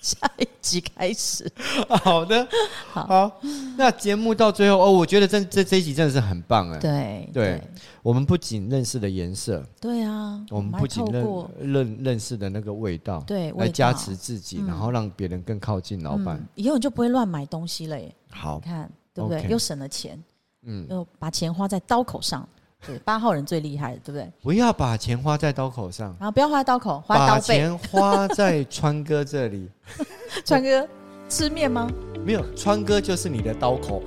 A: 下一集开始。
B: 好的，
A: 好
B: 好。那节目到最后哦，我觉得这这这一集真的是很棒哎。
A: 对
B: 对我们不仅认识了颜色，
A: 对啊，
B: 我们
A: 还
B: 不仅
A: 透过
B: 认认认识的那个味道，
A: 对
B: 来
A: 味
B: 加
A: 道
B: 持自己，
A: 嗯
B: 然后让别人更靠近老板
A: 嗯。以后你就不会乱买东西了耶。
B: 好
A: 你，看对不对？
B: OK
A: 又省了钱，
B: 嗯，
A: 又把钱花在刀口上。对，八号人最厉害，对不对？
B: 不要把钱花在刀口上，
A: 然后不要花刀口，花
B: 把
A: 刀背。
B: 钱花在川哥这里。
A: 川哥吃面吗？
B: 没有，川哥就是你的刀 口。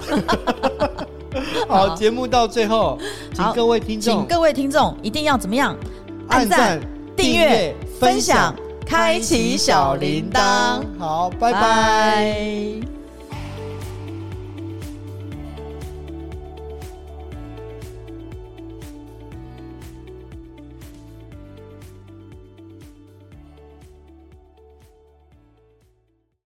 B: 好，节目到最后，请
A: 好
B: 各位听
A: 请
B: 众
A: 各位听众一定要怎么样？
B: 按赞、
A: 订阅、分享、开启小铃铛。
B: 好，
A: 拜
B: 拜拜。
A: 拜